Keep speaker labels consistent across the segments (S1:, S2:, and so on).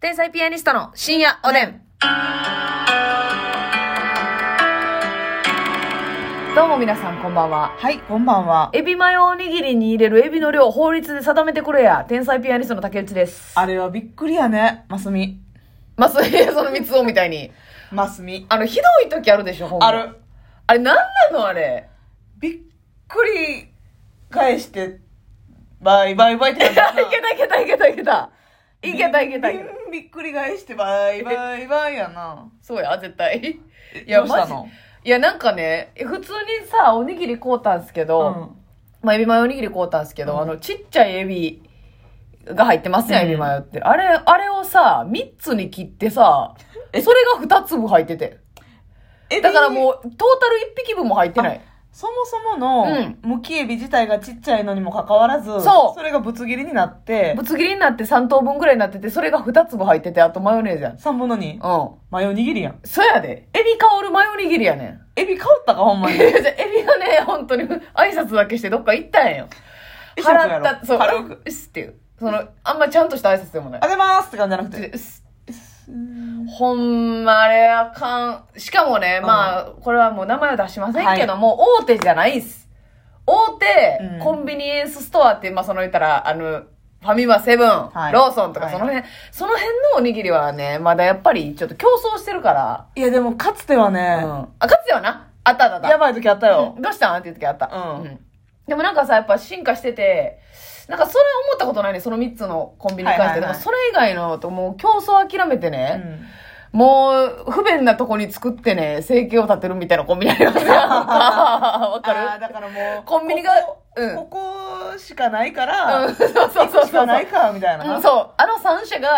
S1: 天才ピアニストの深夜おでん。どうも皆さん、こんばんは。
S2: はい、こんばんは。
S1: エビマヨおにぎりに入れるエビの量を法律で定めてくれや。天才ピアニストの竹内です。
S2: あれはびっくりやね、ますみ。
S1: まあ、それ、その三つをみたいに。
S2: ますみ。
S1: あの、ひどい時あるでしょ、ほんま
S2: あ。る。
S1: あれ、なんなのあれ。
S2: びっくり返して、バイバイバイって
S1: い
S2: な
S1: けた
S2: っ
S1: いけたいけたいけた。いけたいけたいけた。
S2: た。びっくり返して、バイバイバイやな。
S1: そうや、絶対。
S2: え
S1: いや、
S2: どうし
S1: マ
S2: た
S1: ジ
S2: の。
S1: いや、なんかね、普通にさ、おにぎり買うたんすけど、まあ、エビマヨおにぎり買うたんすけど、
S2: うん
S1: あの、ちっちゃいエビが入ってますやん、
S2: うん
S1: エビマヨって。あれ、あれをさ、3つに切ってさ、
S2: え
S1: それが2粒入ってて。
S2: え
S1: だから
S2: う。
S1: もう、トータル1匹分も入ってない。
S2: そもそもの、むきエビ自体がちっちゃいのにもかかわらず、
S1: そう
S2: それがぶつ切りになって、
S1: ぶつ切りになって3等分ぐらいになってて、それが2粒入ってて、あとマヨネーズやん。うん。
S2: 3分の2。マヨ握りやん。
S1: そやで。エビ香るマヨおにぎりやねん。
S2: エビ買おったか、ほんま
S1: い
S2: に。
S1: やじゃあエビがね、本当に挨拶だけしてどっか行ったんよ。
S2: え
S1: 払っ
S2: ショックや
S1: た、
S2: ろ
S1: そう、
S2: 軽く
S1: うっすっていう。その、あんまちゃんとした挨拶でもない
S2: あ。げますって感じじゃなくて。
S1: でうっすほんま、あれあかん。しかもね、
S2: うん
S1: まあ、これはもう名前は出しませんけども、大手じゃないんす。大手、
S2: うん
S1: コンビニエンスストアって、まあその言ったら、あの、ファミマセブン、
S2: い
S1: ローソンとか
S2: はい
S1: その辺、その辺のおにぎりはね、まだやっぱりちょっと競争してるから、
S2: いや、でもかつては
S1: う
S2: ね、
S1: ん。あ、かつてはな、あったあったあった。
S2: やばい時あったよ。
S1: どうしたんっていう時あった。
S2: うん
S1: でもなんかさ、やっぱ進化してて、なんかそれ思ったことないね、その3つのコンビニに関して。
S2: はいはいはい
S1: でもそれ以外のともう競争諦めて
S2: う
S1: ね、
S2: ん
S1: もう不便なとこに作ってね、生計を立てるみたいなコンビニあります よ。わ
S2: あ
S1: か
S2: ー
S1: る
S2: だからもう
S1: コンビニが
S2: ここ,、
S1: うん
S2: ここしかないか
S1: う
S2: ら
S1: ん、そうそうそう
S2: し
S1: そ
S2: か
S1: う。
S2: ないかみたいな、
S1: うん、そう。あの3社が、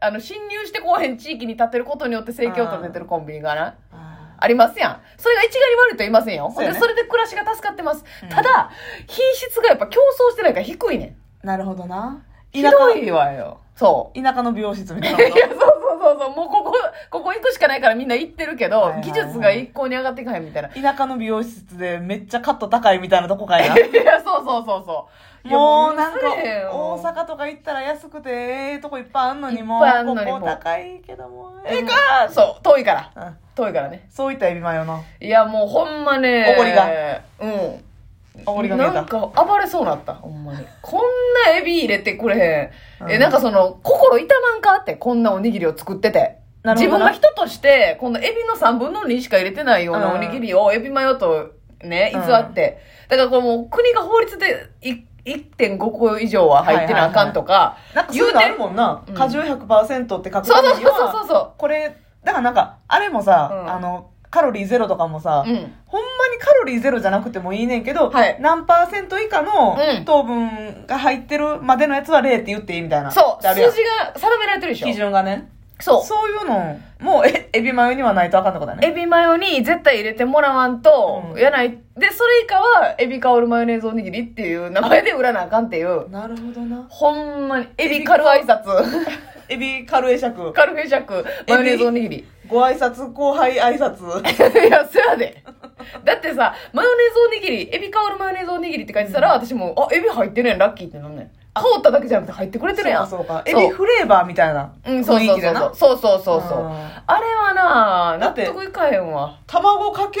S1: あの、侵入してこうへん地域に建てることによって生計を立ててるコンビニがな。
S2: あ
S1: ありますやん。それが一概に悪いとは言いませんよ。
S2: そうやね
S1: でそれで暮らしが助かってます。
S2: うん
S1: ただ、品質がやっぱ競争してないから低いねん。
S2: ーなるほどな
S1: ひ
S2: 田舎
S1: どいわよ。そう。
S2: 田舎の美容室みたい
S1: いや、そ
S2: な
S1: うそ
S2: こ
S1: うそうそう。もうここ、ここ行くしかないからみんな行ってるけど、
S2: はいはいはい
S1: 技術が一向に上がっていかへんみたいな。い
S2: と田舎の美容室でめっちゃカット高いみたいなとこかいな
S1: や、そうそうそうそう。
S2: もうなんか
S1: いやもう許せへん
S2: 大
S1: よ
S2: 阪とか行ったら安くてええとこいっぱいあんのにも
S1: いっぱいあんのにも
S2: ここ高いけどもええか、
S1: そう、遠いから。
S2: うん
S1: 遠いからね。
S2: そういったエビマヨの
S1: いや、もうほんまね。
S2: おごりが。
S1: うん。
S2: おごりが見え
S1: なん
S2: た
S1: か暴れそうなった、ほんまに。こんなエビ入れてくれへん。え、
S2: うん
S1: なんかその、心痛まんかって、こんなおにぎりを作ってて。
S2: なる
S1: 自
S2: ほど
S1: 分
S2: な
S1: が人として、このエビの3分の2しか入れてないようなお
S2: うん
S1: にぎりを、エビマヨとね、偽
S2: うん
S1: って。だからこれもう国が法律でい1.5個以上は入ってなあかんとか、
S2: なんかそういうのあるもんな
S1: 言うて
S2: 果汁100%って書く
S1: そうそう
S2: ために
S1: そう
S2: は
S1: そうそうそ
S2: これだからなんかあれもさ、
S1: うん
S2: あのカロリーゼロとかもさ、
S1: う。うん。
S2: ほんまにカロリーゼロじゃなくてもいいねんけど、
S1: はい
S2: 何パーセント以下の
S1: うん
S2: 糖分が入ってるまでのやつは0って言っていいみたいな。
S1: そう、数
S2: あるやん
S1: 字が定められてるでしょ
S2: 基。準がね。
S1: そう。
S2: そういうの、もうえエビマヨにはないとあかんってことだね。
S1: エビマヨに絶対入れてもらわんと、
S2: うん
S1: やない。で、それ以下は、エビ香るマヨネーズおにぎりっていう名前で売ら なあかんっていう。
S2: なるほどな。
S1: ほんまに、エビカル挨 拶。
S2: エビカルエ釈、
S1: カルフェシャク、マヨネーズおにぎり。
S2: ご挨拶、後輩挨拶。
S1: いや、そやで。だってさ、マヨネーズおにぎり、エビ香るマヨネーズおにぎりって書いてたら、私も、あ、エビ入ってるやん、ラッキーってなんねん。香っただけじゃなくて入ってくれてるやん。
S2: そうかそうか。エ
S1: そう
S2: ビフレーバーみたいな
S1: うん、そう
S2: 雰
S1: そう
S2: 囲
S1: そ
S2: 気で
S1: う
S2: な。
S1: そう。そうそうそうそう
S2: うん
S1: あれはなあ、
S2: だ
S1: 納
S2: って
S1: 得いかへんわ。
S2: 卵かけ、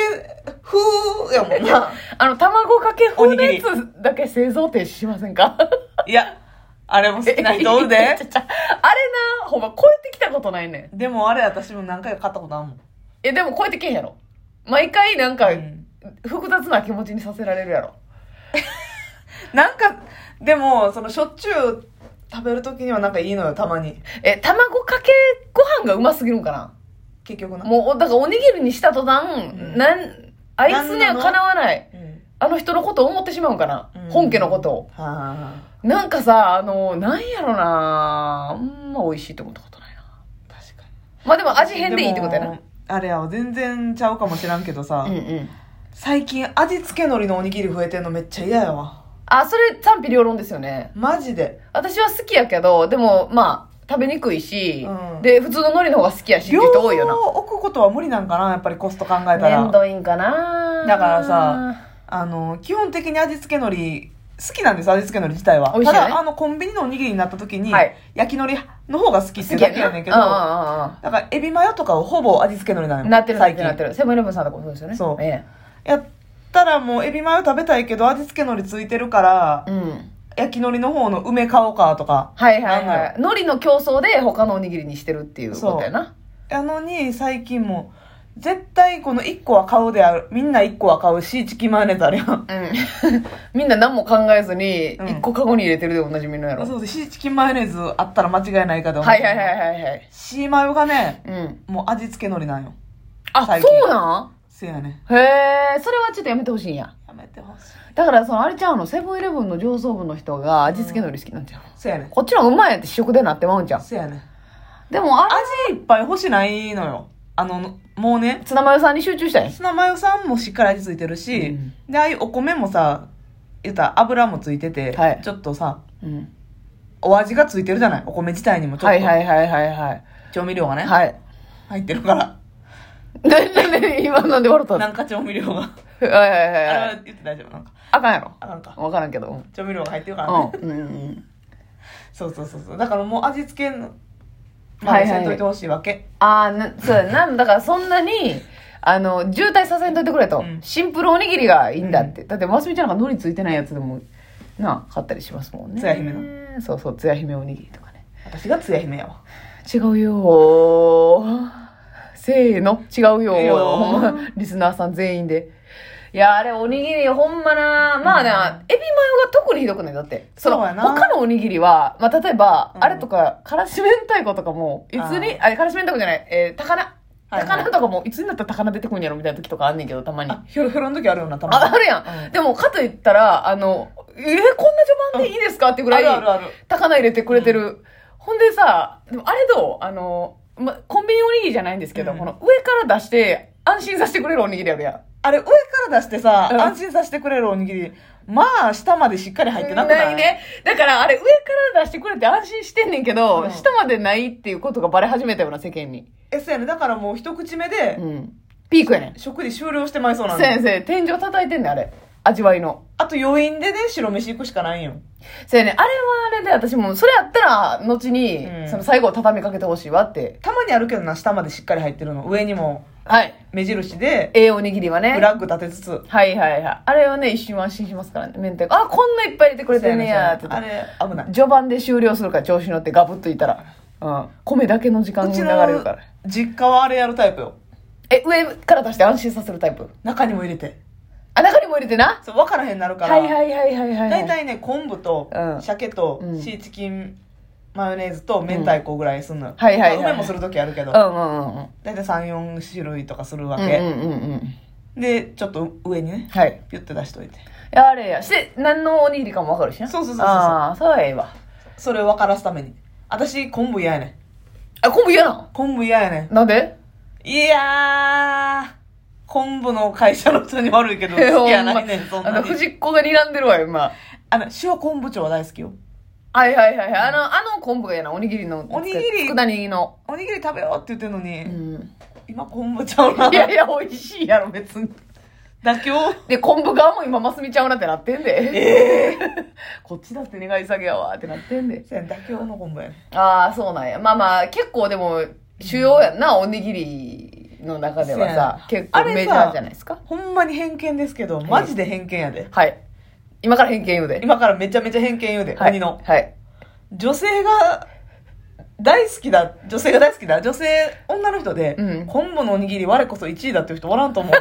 S2: 風やもん な。
S1: あの、卵かけ風のや
S2: お
S1: つだけ製造停止しませんか
S2: いや、あれも好きな人お るで
S1: ちゃ。ちゃあれな、ほんま、超えてきたことないねん。
S2: でもあれ私も何回か買ったことあるもん。
S1: え、でも超えてけんやろ。毎回なんか
S2: う、ん
S1: 複雑な気持ちにさせられるやろ。
S2: なんか、でも、その、しょっちゅう食べるときにはなんかいいのよ、たまに。
S1: え、卵かけご飯がうますぎるんかな
S2: 結局な。
S1: もう、だからおにぎりにした途端、
S2: うん
S1: なん、あいつにはかなわない。
S2: うん。
S1: あの人のことを思ってしまうんかな、
S2: うん
S1: 本家のことを。
S2: はあはあは
S1: なんかさ、あの、なんやろなあんま美味しいって思ったことないな。
S2: あ確か
S1: まあでも味変でいいってことや
S2: で
S1: な
S2: も。あれやわ、全然ちゃうかもしらんけどさ、
S1: うんうん。
S2: 最近味付け海苔のおにぎり増えてんのめっちゃ嫌やわ。
S1: あ、それ賛否両論ですよね。
S2: マジで。
S1: 私は好きやけど、でも、まあ、食べにくいし、
S2: うん
S1: で、普通の海苔の方が好きやし、っていう人多いよな。
S2: を置くことは無理なんかな、やっぱりコスト考えた
S1: 面
S2: ら。
S1: 倒いんかな
S2: だからさ、あの、基本的に味付け海苔好きなんです、味付け海苔自体は。
S1: 美味しい
S2: た
S1: よね
S2: だ、あの、コンビニのおにぎりになった時に、
S1: はい
S2: 焼き海苔の方が好きっていうだけやねんけど、
S1: うんうん
S2: だから、エビマヨとかをほぼ味付け海苔なの
S1: うんう
S2: よ
S1: んなってるなっ
S2: 最
S1: て
S2: 近
S1: るなってるセブンイレブンさんとかもそうですよね
S2: そう
S1: え
S2: やったらもう、エビマヨ食べたいけど、味付け海苔ついてるから
S1: え、うん
S2: 焼き海苔の方の梅買おうかとか。
S1: はいはい
S2: なん
S1: は
S2: だ
S1: い海苔の競争で他のおにぎりにしてるっていうことやな
S2: やのに、最近もう、絶対この1個は買うである。みんな1個は買うし、チキンマヨネーズあるやん。
S1: うん みんな何も考えずに
S2: うん
S1: 一個カゴに入れてるでおなじみのやろ、
S2: そうです。シーチキンマヨネーズあったら間違いないかと思う。
S1: はいはいはいはいはい
S2: シーマヨがね、
S1: うん
S2: もう味付け海苔なんよ。
S1: あ
S2: 最近
S1: そうなん
S2: せやね。
S1: へえそれはちょっとやめてほしいんや
S2: やめてほしい。
S1: だからそのあれちゃうのセブンイレブンの上層部の人が味付け海苔好きなんちゃう、
S2: せやね。
S1: こっちの方がうまいやって試食でなってまうんちゃう
S2: せやね。
S1: でもあれ
S2: 味いっぱい欲しないのよ。あの、もうね、
S1: ツナマヨさんに集中したいん
S2: ツナマヨさんもしっかり味付いてるし、
S1: うん
S2: で、ああいうお米もさ、言ったら油もついてて、
S1: はい
S2: ちょっとさ、
S1: うん
S2: お味がついてるじゃないお米自体にもちょっ
S1: は
S2: と
S1: いはいはいはいはい
S2: 調味料がね、
S1: はい
S2: 入ってるから
S1: 何何今なんで笑ったん
S2: なんか調味料が
S1: はいはいは
S2: あ
S1: い
S2: れ
S1: は
S2: はい言って大丈夫なんか
S1: あかんやろ
S2: あなんか
S1: 分からんけど
S2: 調味料が入ってるからね、
S1: うんうんうん
S2: そうそうそうそうだからもう味付けの
S1: は
S2: ま
S1: い
S2: あ
S1: はい
S2: せんといてほしいわけ、
S1: ああなそうやなだからそんなにあの渋滞させんといてくれと、
S2: うん
S1: シンプルおにぎりがいいんだって、だってますみちゃんなんか海苔ついてないやつでもなあ買ったりしますもんね
S2: つや姫
S1: そうそうつや姫おにぎりとかね
S2: 私がつや姫やわ
S1: 違うよーせーの違うよー
S2: いいよー
S1: ほんま リスナーさん全員でいやあれおにぎりほんまなまあな、エビマヨが特にひどくないだってその
S2: そうやな
S1: 他のおにぎりは、まあ、例えば、
S2: うん
S1: あれとかからし明太子とかもいつにあれからし明太子じゃないえー、高菜
S2: はいはい
S1: 高菜とかもいつになったら高菜出てくんやろみたいな時とかあんねんけどたまに
S2: あひょろひょろの時あるようなたまに
S1: ああるやん、
S2: うん
S1: でもかといったらあのえー、こんな序盤でいいですかってぐらい
S2: あるあるある
S1: 高菜入れてくれてる、ほんでさでもあれどうあの、ま、コンビニおにぎりじゃないんですけど、
S2: うん
S1: この上から出して安心させてくれるおにぎりあるやん
S2: あれ上から出してさ、
S1: うん
S2: 安心させてくれるおにぎりまあ下までしっかり入ってなくない
S1: ねだからあれ上から出してくれて安心してんねんけど、
S2: うん
S1: 下までないっていうことがバレ始めたような世間に、
S2: えそうやねだからもう一口目で、
S1: うん、ピークやねん
S2: 食事終了してまいそうなん
S1: 先
S2: で
S1: 生天井叩いてんねんあれ味わいの
S2: あと余韻でね白飯行くしかないんよ
S1: せやねんあれはあれで私もそれやったら後に、
S2: うん
S1: その最後畳みかけてほしいわって
S2: たまにあるけどな下までしっかり入ってるの上にも
S1: はい
S2: 目印で
S1: ええおにぎりはね
S2: フラッグ立てつつ
S1: はいはいはい。あれはね、一瞬安心しますからね。明太子。あ、こんないっぱい入れてくれてんねやって。
S2: あれ危ない
S1: 序盤で終了するから調子乗ってガブッといたら。うん。米だけの時間
S2: う
S1: に
S2: ち
S1: 流
S2: の
S1: れるから。
S2: 実家はあれやるタイプよ
S1: え、上から出して安心させるタイプ
S2: 中にも入れて
S1: あ、中にも入れてな。
S2: そう分からへんなるから
S1: はいはいはいはいはい。
S2: 大体ね昆布と
S1: うん
S2: 鮭と
S1: うん
S2: シーチキンマヨネーズと明太子ぐらいすんのよ
S1: はいはいはいはい
S2: まあ梅もする時あるけ
S1: う
S2: ど
S1: んうんうんうん。
S2: 大体34種類とかするわ
S1: うん
S2: け
S1: うんうんうん。
S2: でちょっと上にね
S1: はい。
S2: ピュッて出しといて
S1: いや、あれや。して、何のおにぎりかもわかるしな。
S2: そうそうそうそう
S1: ああ、そうやええわ。
S2: それを分からすために私昆布嫌やねん
S1: あ、昆布嫌なん
S2: 昆布嫌やねん
S1: なんで
S2: いやー、昆布の会社の人に悪い けど、好きやないねん、そん
S1: あ
S2: な
S1: の、
S2: に。
S1: 藤子が睨んでるわよ、今。
S2: あの、塩昆布茶は大好きよ。
S1: はいはいはいはい。あの、あの昆布がやな、おにぎりの。
S2: おにぎり
S1: 佃煮の。
S2: おにぎり食べようって言ってるのに、
S1: うん。。
S2: 今昆布茶をない
S1: やいや、美味しいやろ、別に。
S2: 妥協。
S1: で、昆布側も今、ますみちゃうなってなってんで。こっちだって願い下げやわってなってんで。
S2: せやねん妥協の昆布やね
S1: ああ、そうなんや。まあまあ、結構でも、主要やんな、おにぎりの中では
S2: そうやな
S1: さ、結構メジャーじゃないですか。
S2: ほんまに偏見ですけど、マジで偏見やで。
S1: はい。今から偏見言うで。
S2: 今からめちゃめちゃ偏見言うで、
S1: はい
S2: 鬼の。
S1: はい。
S2: 女性が、大好きだ、女性が大好きだ、女性、女の人で、
S1: うん
S2: 昆布のおにぎり我こそ1位だっていう人おら んと思う。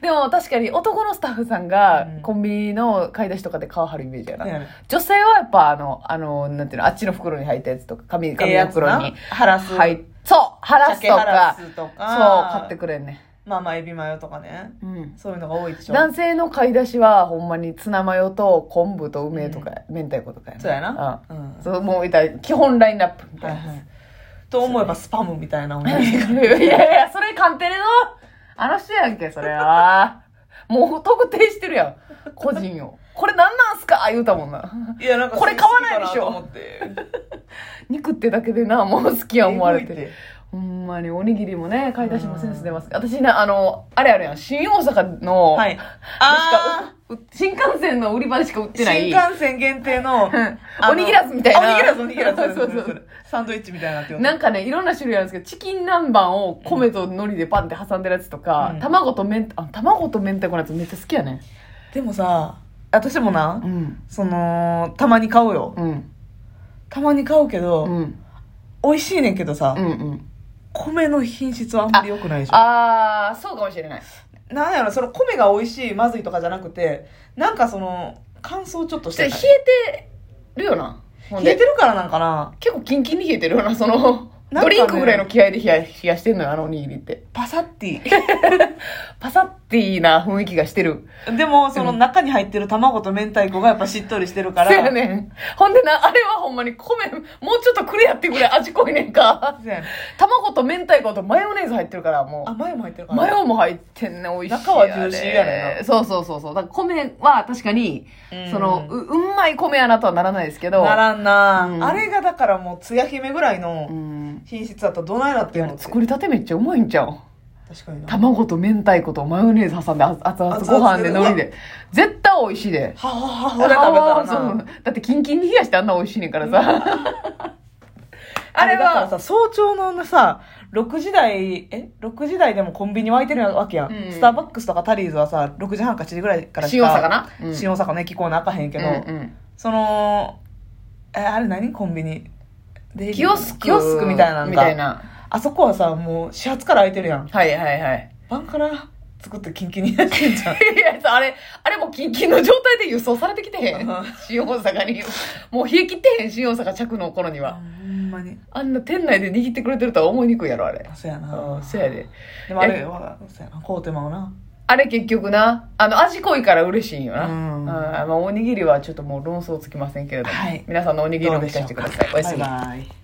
S1: でも確かに男のスタッフさんが
S2: うん
S1: コンビニの買い出しとかで皮張るイメージやな。
S2: せやねん
S1: 女性はやっぱあの、あの、なんていうの、あっちの袋に入ったやつとか、紙、
S2: ええ
S1: 紙の
S2: やつ
S1: 袋
S2: な
S1: に。
S2: ハラス。
S1: はい。そう、ハラスと
S2: 鮭ハラ
S1: か。
S2: スとか。
S1: そう、買ってくれんね。
S2: まあまあ、エビマヨとかね。
S1: うん。
S2: そういうのが多いでしょ。
S1: 男性の買い出しは、ほんまにツナマヨと昆布と梅とか、明太子とかやね
S2: そうやな。うん。
S1: うん。そう、もういたら基本ラインナップみた
S2: はい
S1: い
S2: はい。と思えばスパムみたいなおに
S1: な。
S2: ぎり。
S1: い やいや、それ鑑定の、あの人やんけ、それ は。もう特定してるやん。個人を。これなんなんすか言うたもんな。
S2: いや、なんか
S1: これ買わないでしょ
S2: 好きかなと思って。
S1: 肉ってだけでな、もう好きや思われてる。
S2: る。
S1: ほんまにおにぎりもね、買い出しもセンス出ますけど私ね、あの、あれあるやん、新大阪の、
S2: はい
S1: でし。
S2: あ
S1: かう新幹線の売り場でしか売ってない
S2: 新幹線限定の
S1: うん、
S2: あの
S1: おにぎらずみたいな
S2: あおにぎらず、おにぎらず。
S1: そうそうそう
S2: それサンドイッチみたいになってる
S1: なんかね、いろんな種類あるんですけど、チキン南蛮を米と海苔でパンって挟んでるやつとか、
S2: うん
S1: 卵と明太、あ、卵と明太子のやつめっちゃ好きやね。
S2: でもさ、私もな、
S1: うん。
S2: その、たまに買うよ。
S1: うん。
S2: たまに買うけど、
S1: うん。
S2: 美味しいねんけどさ、
S1: うんうん。
S2: 米の品質はあんまり良くないでしょ。
S1: あー、そうかもしれない。
S2: なんやろ、その米が美味しい、まずいとかじゃなくて、なんかその、乾燥ちょっとし
S1: ちょ
S2: て
S1: っ
S2: な
S1: と
S2: い
S1: 冷えてるよな。ほん
S2: 冷え
S1: で
S2: て。るからなんかな、
S1: 結構キンキンに冷えてるよな、その、
S2: なん
S1: ド
S2: かね
S1: リンクぐらいの気合で冷や冷やしてんのよ、あのおにぎりって。
S2: パサッ ティ。
S1: パサッティーな雰囲気がしてる。
S2: でも、その中に入ってる卵と明太子がやっぱしっとりしてるから、
S1: せやねん。ほんでな、あれはほんまに米、もうちょっとくれやっていうぐらい味濃いねんか。
S2: せやねん
S1: 卵と明太子とマヨネーズ入ってるから、もう。
S2: あ、マヨも入ってるから。
S1: マヨも入ってんね、美味しい。
S2: 中はジューシーやねんな
S1: そうそうそうそう。だから米は確かに、
S2: うん
S1: そのう、うんまい米やなとはならないですけど。
S2: ならんな、
S1: うん
S2: あれがだからもう、つや姫ぐらいうの
S1: ん。
S2: 品質だったらどないなって
S1: いや
S2: ん
S1: あ
S2: の
S1: れ
S2: って
S1: 作りたてめっちゃうまいんちゃう
S2: 確かにな。
S1: 卵と明太子とマヨネーズ挟んで、あ熱々ご飯で
S2: 熱
S1: 海
S2: 々
S1: 苔で。絶対美味しいで。
S2: ははははで食べたら
S1: そう
S2: な。
S1: だってキンキンに冷やしてあんな美味しいねんからさ。あれ
S2: だから
S1: は、
S2: さ、早朝のさ、6時台、え ?6 時台でもコンビニ湧いてるわけやん。
S1: うん
S2: スターバックスとかタリーズはさ、6時半か7時ぐらいからし
S1: 新
S2: か。
S1: 大阪なうん
S2: 新大阪ね、気候なあかへんけど。
S1: うんうん
S2: その、え、あれ何コンビニ。デイリー
S1: キオスク。
S2: キオスクみたいなのか
S1: みたいな。
S2: あそこはさ、もう始発から空いてるやん。
S1: はいはいはい。
S2: 晩から作ってキンキンにやって んじゃん。
S1: いやあれ、あれもキンキンの状態で輸送されてきてへん
S2: うん。
S1: 新大阪に。もう冷え切ってへん、新大阪着の頃に
S2: ほ
S1: は。
S2: んまに。
S1: あんな店内で握ってくれてるとは思いにくいやろ、あれ。
S2: そうや
S1: う
S2: な。
S1: ん、そやで。
S2: でもあれは、そうやな。買うてまうな。
S1: あれ結局な、あの、味濃いから嬉しいんよな。
S2: うん
S1: うんまあ、おにぎりはちょっともう論争つきませんけれども。
S2: はい
S1: 皆さんのおにぎりを期待してください。おやすみ。
S2: バイバイ。